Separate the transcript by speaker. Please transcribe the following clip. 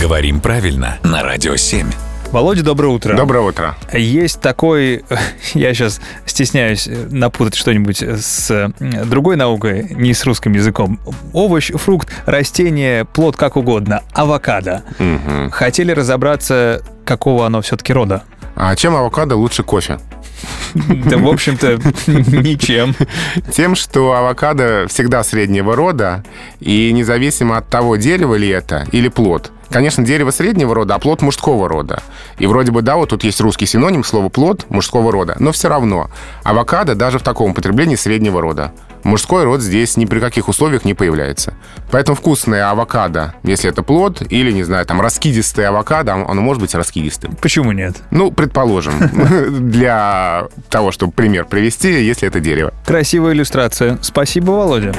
Speaker 1: Говорим правильно на Радио 7.
Speaker 2: Володя, доброе утро.
Speaker 3: Доброе утро.
Speaker 2: Есть такой, я сейчас стесняюсь э, напутать что-нибудь э, с другой наукой, не с русским языком. Овощ, фрукт, растение, плод как угодно, авокадо.
Speaker 3: Мгм.
Speaker 2: Хотели разобраться, какого оно все-таки рода.
Speaker 3: А чем авокадо лучше кофе?
Speaker 2: Да, в общем-то, ничем.
Speaker 3: Тем, что авокадо всегда среднего рода, и независимо от того, дерево ли это или плод. Конечно, дерево среднего рода, а плод мужского рода. И вроде бы, да, вот тут есть русский синоним, слово «плод» мужского рода, но все равно авокадо даже в таком употреблении среднего рода. Мужской род здесь ни при каких условиях не появляется. Поэтому вкусное авокадо, если это плод, или, не знаю, там, раскидистое авокадо, оно может быть раскидистым.
Speaker 2: Почему нет?
Speaker 3: Ну, предположим, для того, чтобы пример привести, если это дерево.
Speaker 2: Красивая иллюстрация. Спасибо, Володя.